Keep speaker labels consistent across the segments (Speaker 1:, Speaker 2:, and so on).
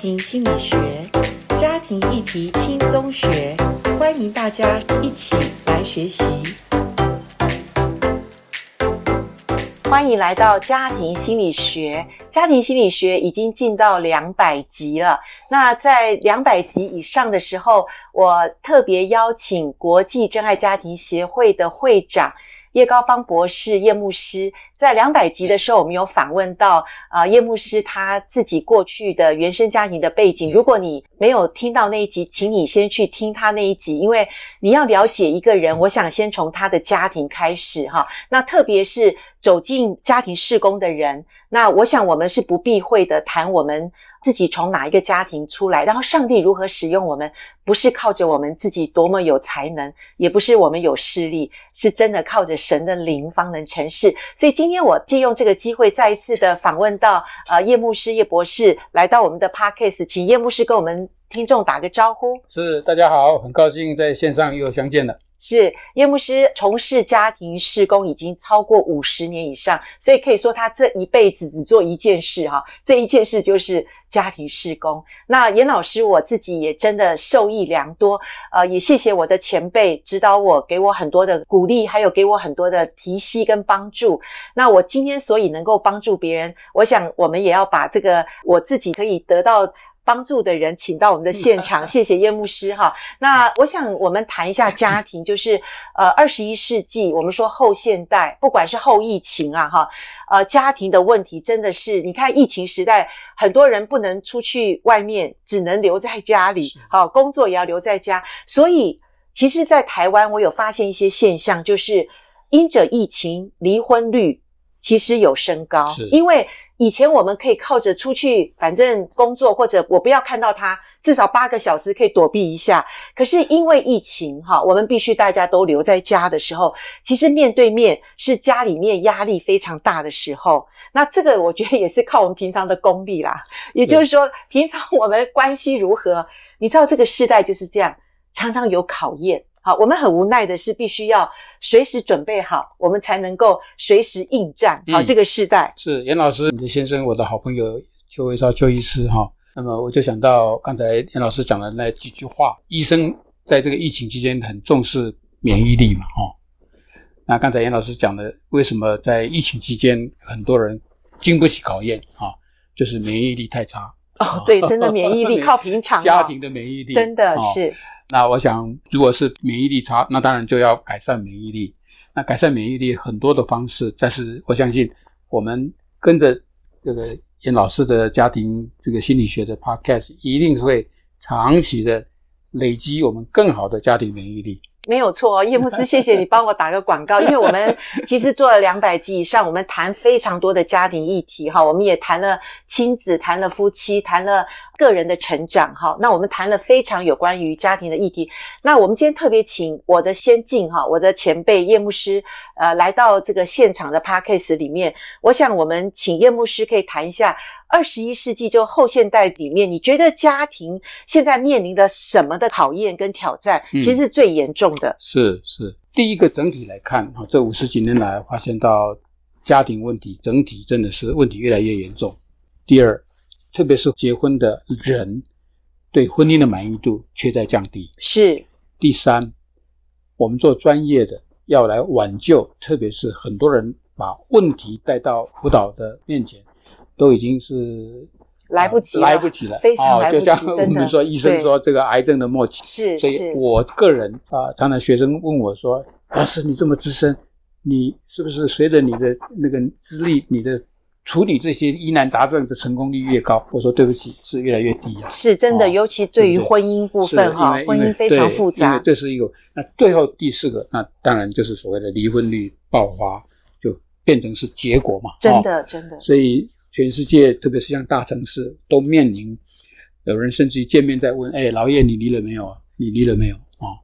Speaker 1: 庭心理学，家庭议题轻松学，欢迎大家一起来学习。欢迎来到家庭心理学，家庭心理学已经进到两百集了。那在两百集以上的时候，我特别邀请国际真爱家庭协会的会长。叶高芳博士、叶牧师在两百集的时候，我们有访问到啊、呃，叶牧师他自己过去的原生家庭的背景。如果你没有听到那一集，请你先去听他那一集，因为你要了解一个人，我想先从他的家庭开始哈。那特别是走进家庭事工的人，那我想我们是不避讳的谈我们。自己从哪一个家庭出来，然后上帝如何使用我们，不是靠着我们自己多么有才能，也不是我们有势力，是真的靠着神的灵方能成事。所以今天我借用这个机会，再一次的访问到呃叶牧师、叶博士来到我们的 podcast，请叶牧师跟我们听众打个招呼。
Speaker 2: 是，大家好，很高兴在线上又相见了。
Speaker 1: 是叶牧师从事家庭事工已经超过五十年以上，所以可以说他这一辈子只做一件事哈、啊，这一件事就是家庭事工。那严老师我自己也真的受益良多，呃，也谢谢我的前辈指导我，给我很多的鼓励，还有给我很多的提携跟帮助。那我今天所以能够帮助别人，我想我们也要把这个我自己可以得到。帮助的人，请到我们的现场，谢谢叶牧师哈。那我想我们谈一下家庭，就是呃，二十一世纪，我们说后现代，不管是后疫情啊哈，呃，家庭的问题真的是，你看疫情时代，很多人不能出去外面，只能留在家里， 好、哦，工作也要留在家。所以，其实，在台湾，我有发现一些现象，就是因着疫情，离婚率其实有升高，因为。以前我们可以靠着出去，反正工作或者我不要看到他，至少八个小时可以躲避一下。可是因为疫情哈，我们必须大家都留在家的时候，其实面对面是家里面压力非常大的时候。那这个我觉得也是靠我们平常的功力啦，也就是说平常我们关系如何，你知道这个世代就是这样，常常有考验。好，我们很无奈的是，必须要随时准备好，我们才能够随时应战。好，这个时代、
Speaker 2: 嗯、是严老师，你的先生，我的好朋友邱维超邱医师哈、哦。那么我就想到刚才严老师讲的那几句话，医生在这个疫情期间很重视免疫力嘛，哦。那刚才严老师讲的，为什么在疫情期间很多人经不起考验啊、哦？就是免疫力太差。
Speaker 1: 哦，对，真的免疫 力靠平常、哦，
Speaker 2: 家庭的免疫力
Speaker 1: 真的是、哦。
Speaker 2: 那我想，如果是免疫力差，那当然就要改善免疫力。那改善免疫力很多的方式，但是我相信我们跟着这个严老师的家庭这个心理学的 podcast，一定会长期的累积我们更好的家庭免疫力。
Speaker 1: 没有错哦，叶牧师，谢谢你帮我打个广告，因为我们其实做了两百集以上，我们谈非常多的家庭议题哈，我们也谈了亲子，谈了夫妻，谈了个人的成长哈，那我们谈了非常有关于家庭的议题。那我们今天特别请我的先进哈，我的前辈叶牧师呃来到这个现场的 p a c a s e 里面，我想我们请叶牧师可以谈一下。二十一世纪就后现代里面，你觉得家庭现在面临的什么的考验跟挑战，
Speaker 2: 嗯
Speaker 1: 其实是最严重的？嗯、
Speaker 2: 是是，第一个整体来看啊，这五十几年来发现到家庭问题整体真的是问题越来越严重。第二，特别是结婚的人对婚姻的满意度却在降低。
Speaker 1: 是。
Speaker 2: 第三，我们做专业的要来挽救，特别是很多人把问题带到辅导的面前。都已经是
Speaker 1: 来不及、
Speaker 2: 呃，来不及了，
Speaker 1: 非常来不及。
Speaker 2: 啊、就像我们说，医生说这个癌症的末期，
Speaker 1: 是。
Speaker 2: 所以我个人啊、呃，常常学生问我说：“老师，你这么资深，你是不是随着你的那个资历，你的处理这些疑难杂症的成功率越高？”我说：“对不起，是越来越低啊。”
Speaker 1: 是真的，哦、尤其对于婚姻部分哈，婚姻非常复杂。
Speaker 2: 这是一个。那最后第四个，那当然就是所谓的离婚率爆发，就变成是结果嘛。
Speaker 1: 真的，真的。哦、
Speaker 2: 所以。全世界，特别是像大城市，都面临有人甚至于见面在问：“哎，老叶，你离了没有？啊你离了没有？”哦，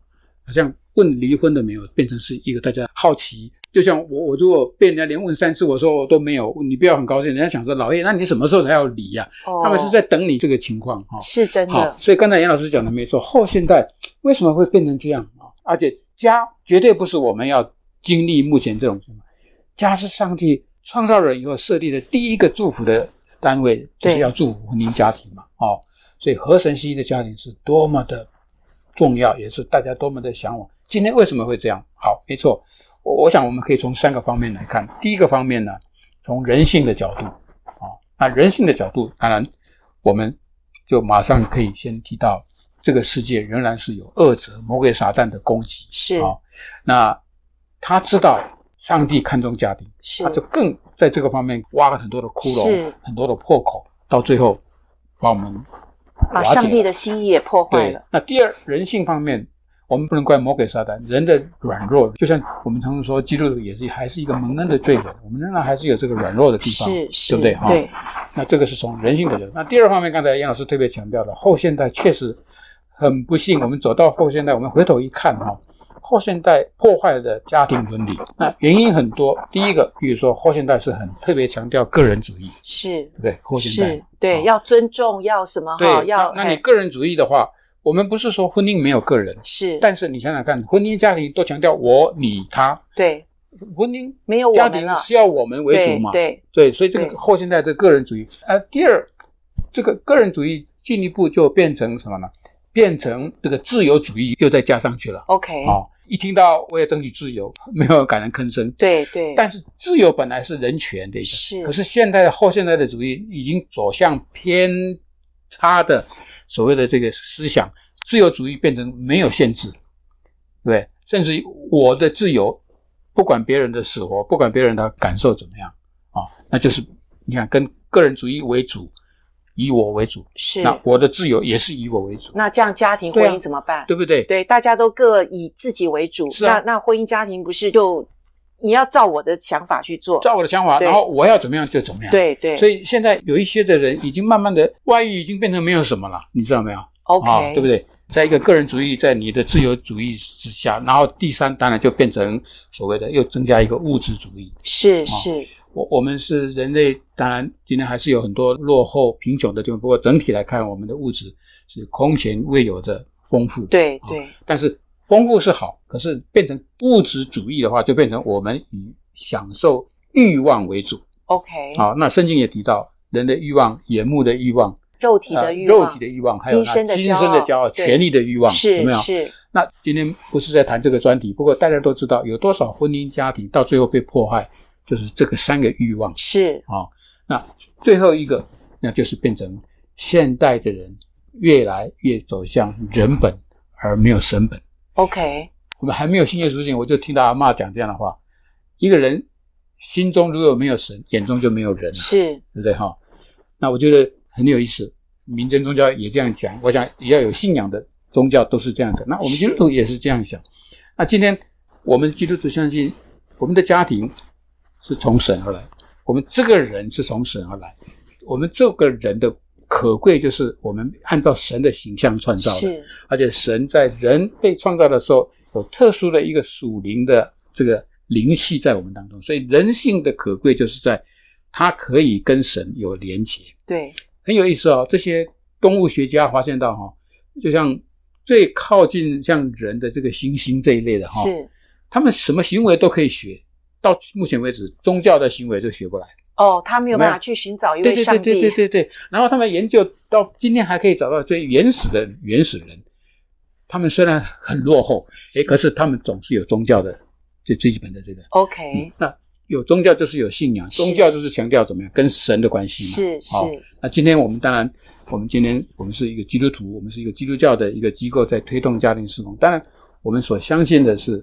Speaker 2: 好像问离婚了没有，变成是一个大家好奇。就像我，我如果被人家连问三次，我说我都没有，你不要很高兴。人家想说：“老叶，那你什么时候才要离呀、啊？”哦、他们是在等你这个情况哈。哦、
Speaker 1: 是真的。
Speaker 2: 好，所以刚才严老师讲的没错，后现代为什么会变成这样啊？而且家绝对不是我们要经历目前这种情况，家是上帝。创造人以后设立的第一个祝福的单位，就是要祝福婚姻家庭嘛，哦，所以合神心意的家庭是多么的重要，也是大家多么的向往。今天为什么会这样？好，没错，我我想我们可以从三个方面来看。第一个方面呢，从人性的角度啊，那人性的角度，当然我们就马上可以先提到，这个世界仍然是有恶者、魔鬼、撒旦的攻击。
Speaker 1: 是
Speaker 2: 啊、那他知道上帝看重家庭，
Speaker 1: 是
Speaker 2: 他就更在这个方面挖了很多的窟窿
Speaker 1: 是，
Speaker 2: 很多的破口，到最后把我们
Speaker 1: 把
Speaker 2: 瓦解
Speaker 1: 上帝的心意也破坏
Speaker 2: 对
Speaker 1: 了。，
Speaker 2: 那第二人性方面，我们不能怪魔鬼撒旦，人的软弱，就像我们常说，基督徒也是还是一个蒙恩的罪人，我们仍然还是有这个软弱的地方，
Speaker 1: 是是，
Speaker 2: 对不对？哈、
Speaker 1: 对，
Speaker 2: 那这个是从人性的角度。那第二方面，刚才杨老师特别强调了，后现代确实很不幸，我们走到后现代，我们回头一看哈、后现代破坏了家庭伦理，那原因很多。第一个，比如说后现代是很特别强调个人主义，
Speaker 1: 是
Speaker 2: 对不对？后现代
Speaker 1: 是，对，
Speaker 2: 哦
Speaker 1: 要尊重，要什么哈？
Speaker 2: 对，
Speaker 1: 要
Speaker 2: 那那你
Speaker 1: 哎
Speaker 2: 个人主义的话，我们不是说婚姻没有个人，
Speaker 1: 是，
Speaker 2: 但是你想想看，婚姻家庭都强调我、你、他，
Speaker 1: 对，
Speaker 2: 婚姻
Speaker 1: 没有我
Speaker 2: 家
Speaker 1: 们
Speaker 2: 庭
Speaker 1: 了，
Speaker 2: 是要我们为
Speaker 1: 对
Speaker 2: 主嘛？
Speaker 1: 对
Speaker 2: 对所以这个
Speaker 1: 对
Speaker 2: 后现代的个人主义，呃，第二，这个个人主义进一步就变成什么呢？变成这个自由主义又再加上去了。
Speaker 1: ，OK，
Speaker 2: 哦，一听到我也争取自由，没有感人吭声。
Speaker 1: 对对，
Speaker 2: 但是自由本来是人权的一个，
Speaker 1: 嗯是
Speaker 2: 可是现代的后现代的主义已经走向偏差的所谓的这个思想，自由主义变成没有限制，对，甚至于我的自由不管别人的死活，不管别人的感受怎么样啊、那就是你看跟个人主义为主，以我为主，
Speaker 1: 是
Speaker 2: 那我的自由也是以我为主，
Speaker 1: 那这样家庭
Speaker 2: 对
Speaker 1: 婚
Speaker 2: 啊
Speaker 1: 姻怎么办？
Speaker 2: 对不对？
Speaker 1: 对，大家都各以自己为主，
Speaker 2: 是啊
Speaker 1: 那那婚姻家庭不是就你要照我的想法去做？
Speaker 2: 照我的想法，
Speaker 1: 对
Speaker 2: 然后我要怎么样就怎么样。
Speaker 1: 对对，
Speaker 2: 所
Speaker 1: 以
Speaker 2: 以现在有一些的人已经慢慢的外遇已经变成没有什么了，你知道没有？啊，
Speaker 1: OK，
Speaker 2: 对不对？在一个个人主义，在你的自由主义之下，然后第三当然就变成所谓的又增加一个物质主义。
Speaker 1: 是是，
Speaker 2: 我我们是人类，当然今天还是有很多落后贫穷的地方，不过整体来看，我们的物质是空前未有的丰富。，
Speaker 1: 对
Speaker 2: 啊
Speaker 1: 对
Speaker 2: 但是丰富是好，可是变成物质主义的话，就变成我们以享受欲望为主。
Speaker 1: ，OK，
Speaker 2: 啊，那圣经也提到人的欲望、眼目的欲望、
Speaker 1: 肉体
Speaker 2: 呃
Speaker 1: 的欲
Speaker 2: 肉
Speaker 1: 望，
Speaker 2: 体的欲望，还有
Speaker 1: 今
Speaker 2: 他
Speaker 1: 生的
Speaker 2: 今
Speaker 1: 骄
Speaker 2: 生的
Speaker 1: 傲
Speaker 2: 骄傲、
Speaker 1: 对
Speaker 2: 权力的欲望，有没
Speaker 1: 是
Speaker 2: 有？
Speaker 1: 是，
Speaker 2: 那今天不是在谈这个专题，不过大家都知道，有多少婚姻家庭到最后被破坏，就是这个三个欲望
Speaker 1: 是
Speaker 2: 啊、那最后一个，那就是变成现代的人越来越走向人本而没有神本。
Speaker 1: OK，
Speaker 2: 我们还没有信耶稣之前，我就听到阿嬷讲这样的话：一个人心中如果没有神，眼中就没有人了。
Speaker 1: 是
Speaker 2: 对不对哈？那我觉得很有意思，民间宗教也这样讲，我想也要有信仰的宗教都是这样的。那我们基督徒也是这样想。那今天我们基督徒相信，我们的家庭是从神而来，我们这个人是从神而来，我们这个人的可贵就是我们按照神的形象创造的，
Speaker 1: 是
Speaker 2: 而且神在人被创造的时候有特殊的一个属灵的这个灵系在我们当中，所以人性的可贵就是在它可以跟神有连结，
Speaker 1: 对
Speaker 2: 很有意思哦。这些动物学家发现到哈、就像最靠近像人的这个猩猩这一类的哈、
Speaker 1: 是
Speaker 2: 他们什么行为都可以学，到目前为止宗教的行为就学不来。
Speaker 1: 哦，他没有
Speaker 2: 有没有
Speaker 1: 办法去寻找一
Speaker 2: 对
Speaker 1: 位
Speaker 2: 对
Speaker 1: 上
Speaker 2: 对
Speaker 1: 帝，
Speaker 2: 对对对对。然后他们研究到今天还可以找到最原始的原始人，他们虽然很落后，诶，可是他们总是有宗教的最最基本的这个。
Speaker 1: OK，
Speaker 2: 那有宗教就是有信仰，
Speaker 1: 嗯是
Speaker 2: 宗教就是强调怎么样跟神的关系嘛。
Speaker 1: 是
Speaker 2: 嗯好
Speaker 1: 是
Speaker 2: 那今天我们当然，我们今天我们是一个基督徒，我们是一个基督教的一个机构，在推动家庭侍奉。当然，我们所相信的是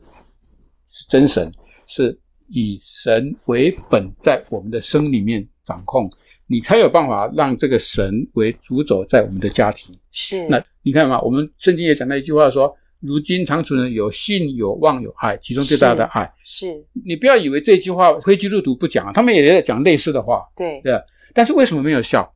Speaker 2: 是真神，是以神为本，在我们的生里面掌控，你才有办法让这个神为主轴在我们的家庭。
Speaker 1: 是
Speaker 2: 那你看嘛，我们圣经也讲到一句话说：“如今长存人有信、有望、有爱，其中最大的
Speaker 1: 是
Speaker 2: 爱。”
Speaker 1: 是，
Speaker 2: 你不要以为这句话非基督徒不讲，他们也在讲类似的话，
Speaker 1: 对
Speaker 2: 对吧？但是为什么没有效？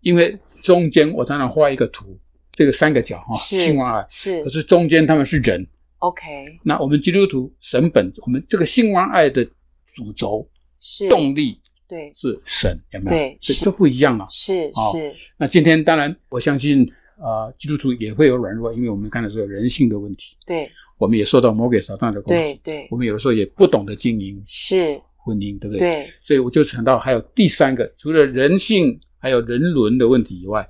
Speaker 2: 因为中间我常常画一个图，这个三个角哈，
Speaker 1: 是
Speaker 2: 性望爱，
Speaker 1: 是
Speaker 2: 可是中间他们是人。
Speaker 1: OK，
Speaker 2: 那我们基督徒神本，我们这个性望爱的主轴
Speaker 1: 是
Speaker 2: 动力
Speaker 1: 对
Speaker 2: 是神，有没有？
Speaker 1: 对
Speaker 2: 所以
Speaker 1: 是
Speaker 2: 就不一样了。
Speaker 1: 是
Speaker 2: 哦
Speaker 1: 是
Speaker 2: 那今天当然，我相信呃，基督徒也会有软弱，因为我们刚才说有人性的问题，
Speaker 1: 对
Speaker 2: 我们也受到魔鬼撒旦的攻
Speaker 1: 对
Speaker 2: 击，
Speaker 1: 对
Speaker 2: 我们有的时候也不懂得经营
Speaker 1: 是，
Speaker 2: 婚姻，对不
Speaker 1: 对
Speaker 2: 所以我就想到还有第三个，除了人性还有人伦的问题以外，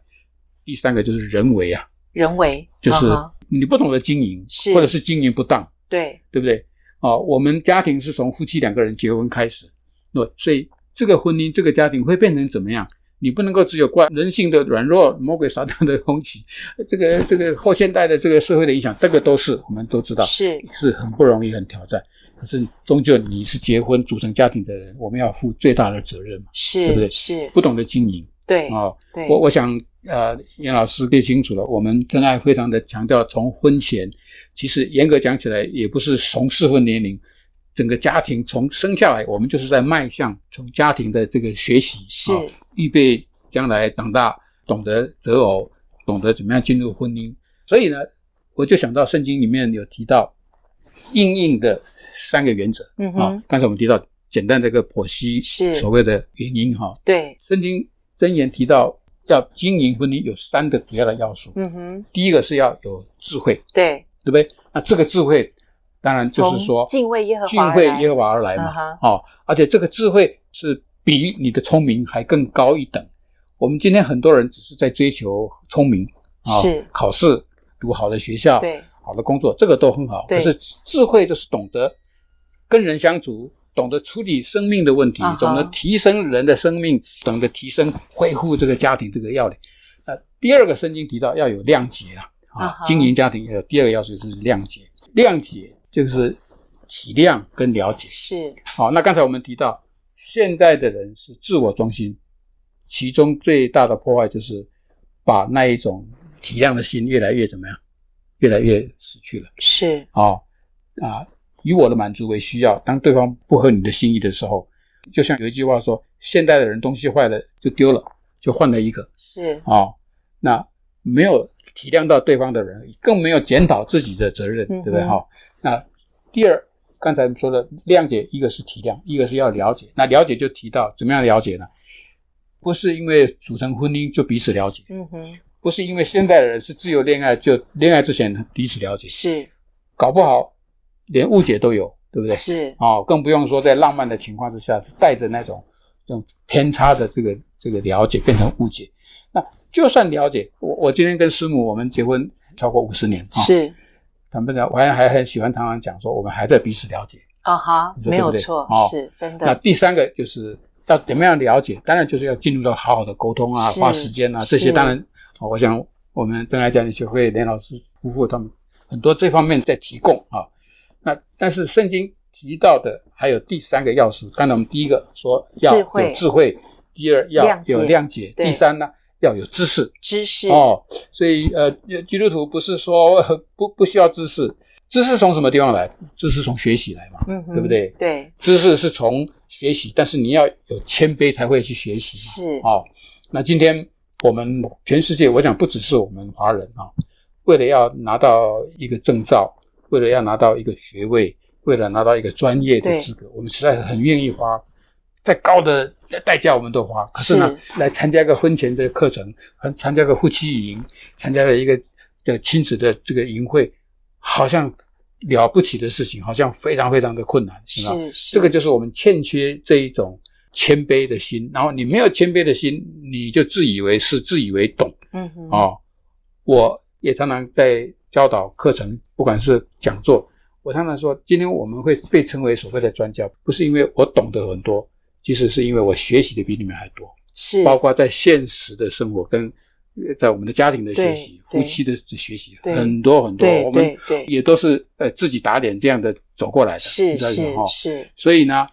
Speaker 2: 第三个就是人为啊，
Speaker 1: 人为
Speaker 2: 就是
Speaker 1: 嗯哼
Speaker 2: 你不懂得经营，
Speaker 1: 是
Speaker 2: 或者是经营不当，
Speaker 1: 对
Speaker 2: 对不对？啊，我们家庭是从夫妻两个人结婚开始，那所以这个婚姻、这个家庭会变成怎么样？你不能够只有怪人性的软弱、魔鬼撒旦的攻击， 这个这个后现代的这个社会的影响，这个都是我们都知道，
Speaker 1: 是
Speaker 2: 是很不容易、很挑战。可是终究你是结婚组成家庭的人，我们要负最大的责任嘛，对不
Speaker 1: 是
Speaker 2: 对
Speaker 1: 是，
Speaker 2: 不懂得经营
Speaker 1: 对
Speaker 2: 啊、
Speaker 1: 对，
Speaker 2: 我我想，呃，严老师最清楚了。我们真爱非常的强调，从婚前，其实严格讲起来，也不是从适婚年龄，整个家庭从生下来，我们就是在迈向从家庭的这个学习，
Speaker 1: 是
Speaker 2: 啊预备将来长大，懂得择偶，懂得怎么样进入婚姻。所以呢，我就想到圣经里面有提到应应的三个原则
Speaker 1: 嗯
Speaker 2: 啊
Speaker 1: 哼，。
Speaker 2: 刚才我们提到简单这个剖析
Speaker 1: 是
Speaker 2: 所谓的原因哈、
Speaker 1: 对，
Speaker 2: 圣经箴言提到，要经营婚姻有三个主要的要素。
Speaker 1: 嗯哼，
Speaker 2: 第一个是要有智慧，
Speaker 1: 对，
Speaker 2: 对不对？那这个智慧，当然就是说
Speaker 1: 从敬畏耶和
Speaker 2: 敬
Speaker 1: 华而
Speaker 2: 畏
Speaker 1: 来
Speaker 2: 耶和华而来
Speaker 1: 嗯
Speaker 2: 嘛。
Speaker 1: 哼，
Speaker 2: 哦，而且这个智慧是比你的聪明还更高一等。我们今天很多人只是在追求聪明啊、
Speaker 1: 是
Speaker 2: 考试、读好的学校、
Speaker 1: 对，
Speaker 2: 好的工作，这个都很好。
Speaker 1: 对
Speaker 2: 可是智慧就是懂得跟人相处，懂得处理生命的问题
Speaker 1: 啊哈，
Speaker 2: 懂得提升人的生命，懂得提升恢复这个家庭这个要领。呃，第二个圣经提到要有谅解啊，
Speaker 1: 啊
Speaker 2: 啊
Speaker 1: 哈，
Speaker 2: 经营家庭有第二个要素就是谅解，谅解就是体谅跟了解。
Speaker 1: 是
Speaker 2: 好，那刚才我们提到，现在的人是自我中心，其中最大的破坏就是把那一种体谅的心越来越怎么样，越来越失去了。
Speaker 1: 是，
Speaker 2: 哦，啊，以我的满足为需要，当对方不合你的心意的时候，就像有一句话说，现代的人东西坏了就丢了，就换了一个
Speaker 1: 是
Speaker 2: 哦，那没有体谅到对方的人，更没有检讨自己的责任，
Speaker 1: 嗯哼
Speaker 2: 对不对？哈、那第二，刚才说的谅解，一个是体谅，一个是要了解。那了解就提到怎么样了解呢？不是因为组成婚姻就彼此了解，
Speaker 1: 嗯哼，
Speaker 2: 不是因为现代的人是自由恋爱就恋爱之前彼此了解，
Speaker 1: 是
Speaker 2: 搞不好连误解都有，对不对？
Speaker 1: 是，
Speaker 2: 哦，更不用说在浪漫的情况之下，是带着那种这种偏差的这个这个了解变成误解。那就算了解，我我今天跟师母我们结婚超过五十年，啊，
Speaker 1: 是
Speaker 2: 坦白讲，我还还很喜欢常常讲说，我们还在彼此了解。
Speaker 1: 啊哈，
Speaker 2: 你说
Speaker 1: 没
Speaker 2: 对不
Speaker 1: 有
Speaker 2: 对
Speaker 1: 错
Speaker 2: 哦，
Speaker 1: 是真
Speaker 2: 那
Speaker 1: 的，
Speaker 2: 第三个就是要怎么样了解，当然就是要进入到好好的沟通啊，
Speaker 1: 是
Speaker 2: 花时间啊，这
Speaker 1: 是
Speaker 2: 些当然，哦我想我们东来家庭学会连老师夫妇他们很多这方面在提供啊。那但是圣经提到的还有第三个要素，刚才我们第一个说要
Speaker 1: 智慧
Speaker 2: 有智慧，第二要
Speaker 1: 谅解
Speaker 2: 有谅解，
Speaker 1: 对
Speaker 2: 第三呢要有知识
Speaker 1: 知识
Speaker 2: 哦。所以呃，基督徒不是说呃不不需要知识，知识从什么地方来？知识从学习来嘛。
Speaker 1: 嗯哼，
Speaker 2: 对不对
Speaker 1: 对，
Speaker 2: 知识是从学习，但是你要有谦卑才会去学习嘛。
Speaker 1: 是
Speaker 2: 哦，那今天我们全世界，我想不只是我们华人啊、为了要拿到一个证照，为了要拿到一个学位，为了拿到一个专业
Speaker 1: 对
Speaker 2: 的资格，我们实在是很愿意花。再高的代价我们都花，可是呢，来参加个婚前的课程，还参加个夫妻营，参加了一个的亲子的这个营会，好像了不起的事情，好像非常非常的困难，吧？
Speaker 1: 是是
Speaker 2: 这个就是我们欠缺这一种谦卑的心。然后你没有谦卑的心，你就自以为是、自以为懂
Speaker 1: 嗯哼，
Speaker 2: 哦。我也常常在教导课程，不管是讲座，我常常说，今天我们会被称为所谓的专家，不是因为我懂得很多，其实是因为我学习的比你们还多，
Speaker 1: 是
Speaker 2: 包括在现实的生活跟呃在我们的家庭的学习、
Speaker 1: 对对
Speaker 2: 夫妻的学习，
Speaker 1: 对
Speaker 2: 很多很多，
Speaker 1: 对
Speaker 2: 我们
Speaker 1: 对对，
Speaker 2: 也都是呃自己打脸这样的走过来的，
Speaker 1: 是
Speaker 2: 你知道
Speaker 1: 是
Speaker 2: 吗哦
Speaker 1: 是，
Speaker 2: 所以呢，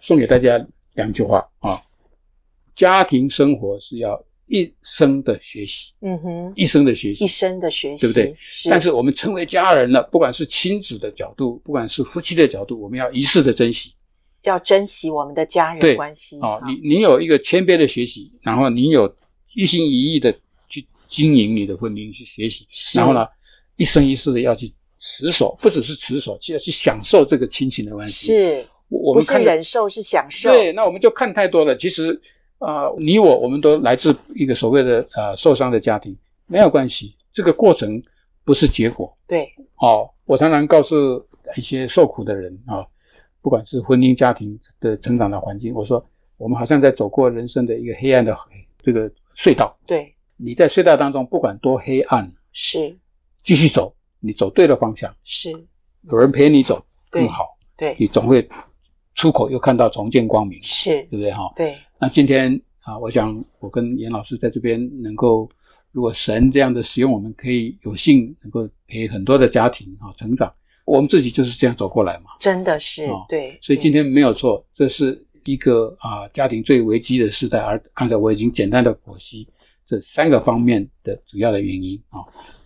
Speaker 2: 送给大家两句话啊：家庭生活是要一生的学习，
Speaker 1: 嗯哼，
Speaker 2: 一生的学习
Speaker 1: 一。生的学习，
Speaker 2: 对不对？
Speaker 1: 是，
Speaker 2: 但是我们成为家人了，不管是亲子的角度，不管是夫妻的角度，我们要一世的珍惜
Speaker 1: 要珍惜我们的家人
Speaker 2: 对
Speaker 1: 关系
Speaker 2: 啊！
Speaker 1: 哈
Speaker 2: 你你有一个谦卑的学习，然后你有一心一意的去经营你的婚姻，去学习，
Speaker 1: 是
Speaker 2: 然后呢，一生一世的要去持守，不只是持守，是要去享受这个亲情的关系。
Speaker 1: 是
Speaker 2: 我，我
Speaker 1: 不
Speaker 2: 们
Speaker 1: 是
Speaker 2: 看着
Speaker 1: 忍受是享受，
Speaker 2: 对，那我们就看太多了。其实，啊，你我我们都来自一个所谓的呃受伤的家庭，没有关系，这个过程不是结果。
Speaker 1: 对
Speaker 2: 哦，我常常告诉一些受苦的人啊、不管是婚姻家庭的成长的环境，我说我们好像在走过人生的一个黑暗的这个隧道，
Speaker 1: 对
Speaker 2: 你在隧道当中，不管多黑暗，
Speaker 1: 是
Speaker 2: 继续走，你走对了方向，
Speaker 1: 是，
Speaker 2: 有人陪你走
Speaker 1: 对
Speaker 2: 更好，
Speaker 1: 对，
Speaker 2: 你总会出口又看到重见光明，
Speaker 1: 是
Speaker 2: 对，不对哈？
Speaker 1: 对，
Speaker 2: 那今天啊，我想我跟严老师在这边能够，如果神这样的使用，我们可以有幸能够陪很多的家庭啊成长，我们自己就是这样走过来嘛。
Speaker 1: 真的是
Speaker 2: 哦
Speaker 1: 对。
Speaker 2: 所以今
Speaker 1: 天
Speaker 2: 天没有错，这是一个啊家庭最危机的时代，而刚才我已经简单的剖析这三个方面的主要的原因啊，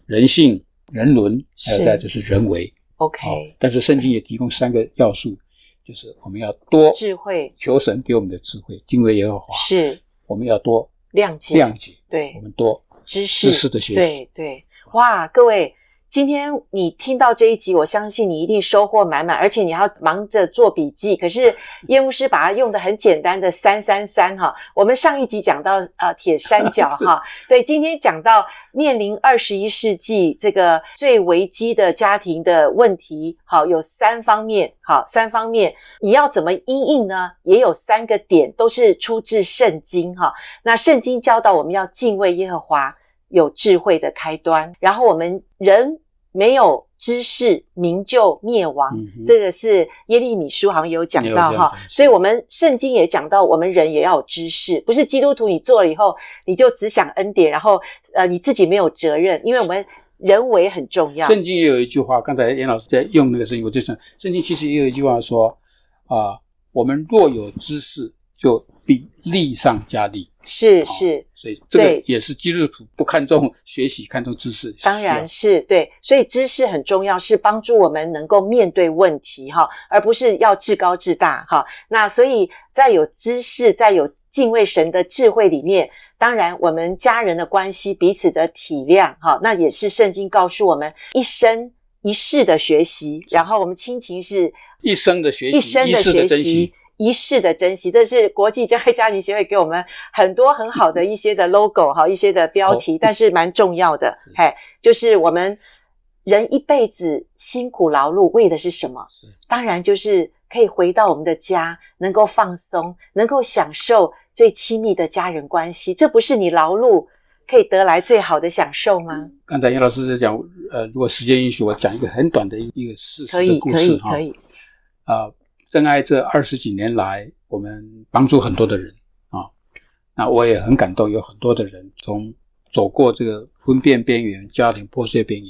Speaker 2: 人性、人伦，
Speaker 1: 是
Speaker 2: 还
Speaker 1: 哎
Speaker 2: 有再就是人为啊。
Speaker 1: OK，
Speaker 2: 但是圣经也提供三个要素，就是我们要多
Speaker 1: 智慧
Speaker 2: 求神给我们的智慧，敬畏耶和华，
Speaker 1: 是
Speaker 2: 我们要多
Speaker 1: 谅解，
Speaker 2: 谅解，
Speaker 1: 对
Speaker 2: 我们多
Speaker 1: 知识
Speaker 2: 知识的学习。
Speaker 1: 对对，哇，各位，今天你听到这一集，我相信你一定收获满满，而且你还要忙着做笔记。可是叶牧师把它用的很简单的三三三哈，我们上一集讲到呃铁三角哈，对，今天讲到面临二十一世纪这个最危机的家庭的问题，好，有三方面，好，三方面你要怎么因应呢？也有三个点，都是出自圣经哈。那圣经教导我们要敬畏耶和华，有智慧的开端。然后我们人没有知识，民就灭亡。
Speaker 2: 嗯哼，
Speaker 1: 这个是耶利米书好像有讲
Speaker 2: 也有
Speaker 1: 到
Speaker 2: 这样
Speaker 1: 哈
Speaker 2: 讲，是
Speaker 1: 所以我们圣经也讲到，我们人也要有知识，不是基督徒你做了以后你就只想恩典，然后呃你自己没有责任，因为我们人为很重要。
Speaker 2: 圣经也有一句话，刚才严老师在用那个圣经，我就想，圣经其实也有一句话说，啊、我们若有知识，就必力上加力。
Speaker 1: 是
Speaker 2: 哦
Speaker 1: 是，
Speaker 2: 所以这个
Speaker 1: 对
Speaker 2: 也是基督徒不看重学习，看重知识。
Speaker 1: 当然
Speaker 2: 需
Speaker 1: 是对，所以知识很重要，是帮助我们能够面对问题哈，而不是要至高至大哈。那所以在有知识，在有敬畏神的智慧里面，当然我们家人的关系、彼此的体谅哈，那也是圣经告诉我们一生一世的学习，然后我们亲情是
Speaker 2: 要一生的学习，
Speaker 1: 一生的
Speaker 2: 世
Speaker 1: 学
Speaker 2: 的珍惜
Speaker 1: 习。。一世的珍惜，这是国际真爱家庭协会给我们很多很好的一些的 logo 哈，一些的标题，
Speaker 2: 哦
Speaker 1: 但是蛮重要的。
Speaker 2: 嗯
Speaker 1: 嘿，就是我们人一辈子辛苦劳碌，为的是什么？
Speaker 2: 是
Speaker 1: 当然就是可以回到我们的家，能够放松，能够享受最亲密的家人关系。这不是你劳碌可以得来最好的享受吗？
Speaker 2: 刚才严老师在讲，呃，如果时间允许，我讲一个很短的一一个事
Speaker 1: 可
Speaker 2: 实
Speaker 1: 以，
Speaker 2: 的故
Speaker 1: 可
Speaker 2: 事
Speaker 1: 以，
Speaker 2: 哈。
Speaker 1: 可以，
Speaker 2: 啊、真爱这二十几年来，我们帮助很多的人啊，那我也很感动，有很多的人从走过这个婚变边缘、家庭破碎边缘，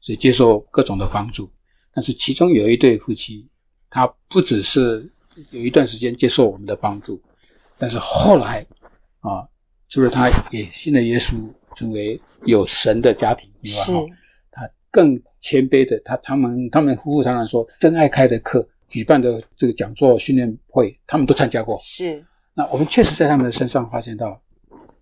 Speaker 2: 所以接受各种的帮助。但是其中有一对夫妻，他不只是有一段时间接受我们的帮助，但是后来啊，就是他也信了耶稣，成为有神的家庭，以外
Speaker 1: 是
Speaker 2: 哈。他更谦卑的，他他们他们夫妇常常说，真爱开的课举办的这个讲座训练会，他们都参加过。
Speaker 1: 是
Speaker 2: 那我们确实在他们的身上发现到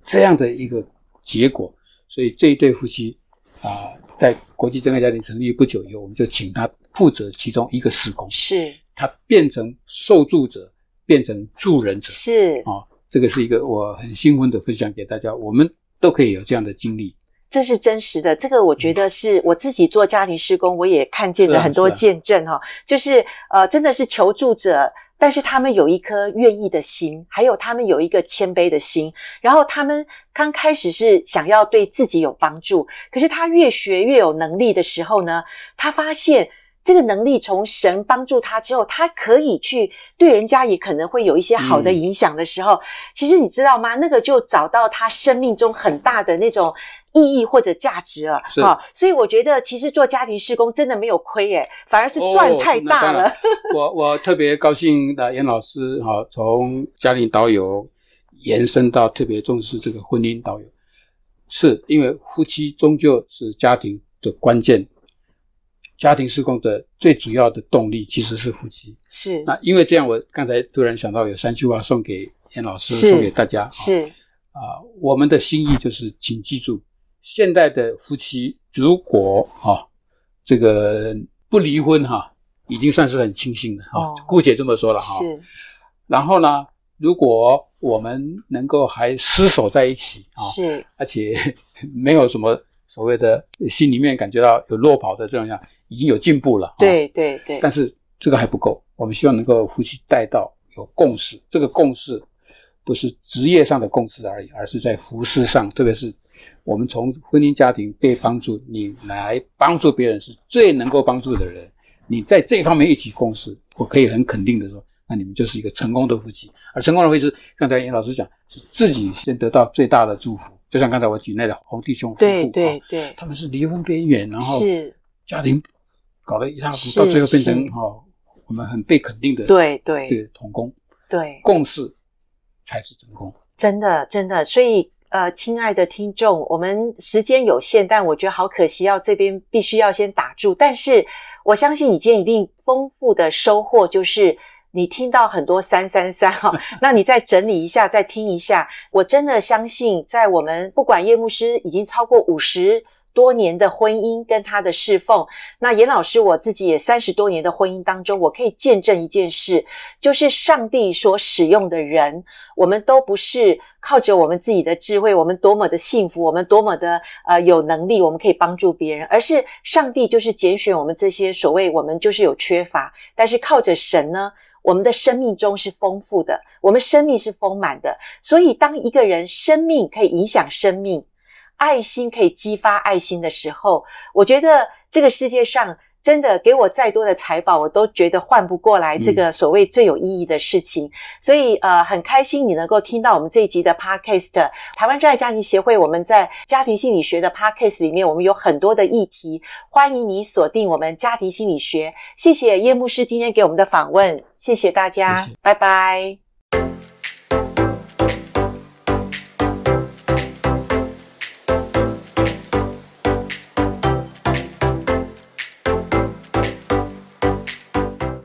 Speaker 2: 这样的一个结果，所以这一对夫妻啊、在国际真爱家庭成立不久以后，我们就请他负责其中一个施工，
Speaker 1: 是
Speaker 2: 他变成受助者，变成助人者
Speaker 1: 是
Speaker 2: 啊、，这个是一个我很兴奋的分享给大家，我们都可以有这样的经历。
Speaker 1: 这是真实的，这个我觉得是我自己做家庭施工，我也看见了很多
Speaker 2: 嗯是啊是
Speaker 1: 见证哈、就是呃，真的是求助者，但是他们有一颗愿意的心，还有他们有一个谦卑的心，然后他们刚开始是想要对自己有帮助，可是他越学越有能力的时候呢，他发现。这个能力从神帮助他之后，他可以去对人家也可能会有一些好的
Speaker 2: 嗯
Speaker 1: 影响的时候，其实你知道吗？那个就找到他生命中很大的那种意义或者价值了。
Speaker 2: 是
Speaker 1: 好所以我觉得其实做家庭施工真的没有亏耶，反而是
Speaker 2: 哦
Speaker 1: 赚太
Speaker 2: 那
Speaker 1: 大
Speaker 2: 当然
Speaker 1: 了。
Speaker 2: 我我特别高兴的严老师哈、从家庭导游延伸到特别重视这个婚姻导游，是因为夫妻终究是家庭的关键，家庭施工的最主要的动力其实是夫妻。
Speaker 1: 是
Speaker 2: 那因为这样，我刚才突然想到有三句话送给严老师，
Speaker 1: 是
Speaker 2: 送给大家啊
Speaker 1: 是
Speaker 2: 啊、我们的心意就是，请记住，现代的夫妻如果啊这个不离婚哈、已经算是很庆幸了哈、
Speaker 1: 哦
Speaker 2: 姑且这么说了哈、
Speaker 1: 是
Speaker 2: 然后呢，如果我们能够还厮守在一起啊、
Speaker 1: 是
Speaker 2: 而且 没有什么所谓的心里面感觉到有落跑的这种样，已经有进步了、啊。
Speaker 1: 对对对，
Speaker 2: 但是这个还不够，我们希望能够夫妻带到有共识。这个共识不是职业上的共识而已，而是在服饰上，特别是我们从婚姻家庭被帮助，你来帮助别人是最能够帮助的人。你在这方面一起共事，我可以很肯定的说，那你们就是一个成功的夫妻。而成功的夫妻，刚才严老师讲，是自己先得到最大的祝福。就像刚才我举那个红弟兄夫妇，
Speaker 1: 对对
Speaker 2: 哦
Speaker 1: 对，
Speaker 2: 他们是离婚边缘，然后
Speaker 1: 是，
Speaker 2: 家庭搞得一塌糊
Speaker 1: 是
Speaker 2: 涂，到最后变成
Speaker 1: 是
Speaker 2: 哦，我们很被肯定的
Speaker 1: 对对
Speaker 2: 对同工
Speaker 1: 对，
Speaker 2: 共事才是成功。
Speaker 1: 真的真的，所以。呃，亲爱的听众，我们时间有限，但我觉得好可惜，要这边必须要先打住。但是我相信你今天一定丰富的收获，就是你听到很多三三三哈，那你再整理一下，再听一下。我真的相信，在我们不管叶牧师已经超过五十多年的婚姻跟他的侍奉，那严老师我自己也三十多年的婚姻当中，我可以见证一件事，就是上帝所使用的人，我们都不是靠着我们自己的智慧，我们多么的幸福，我们多么的呃有能力，我们可以帮助别人，而是上帝就是拣选我们这些所谓我们就是有缺乏，但是靠着神呢，我们的生命中是丰富的，我们生命是丰满的。所以，当一个人生命可以影响生命，爱心可以激发爱心的时候，我觉得这个世界上真的给我再多的财宝，我都觉得换不过来这个所谓最有意义的事情。所以呃，很开心你能够听到我们这一集的 podcast。台湾真爱家庭协会，我们在家庭心理学的 podcast 里面，我们有很多的议题，欢迎你锁定我们家庭心理学。谢谢叶牧师今天给我们的访问，谢谢大家，
Speaker 2: 谢谢
Speaker 1: 拜拜。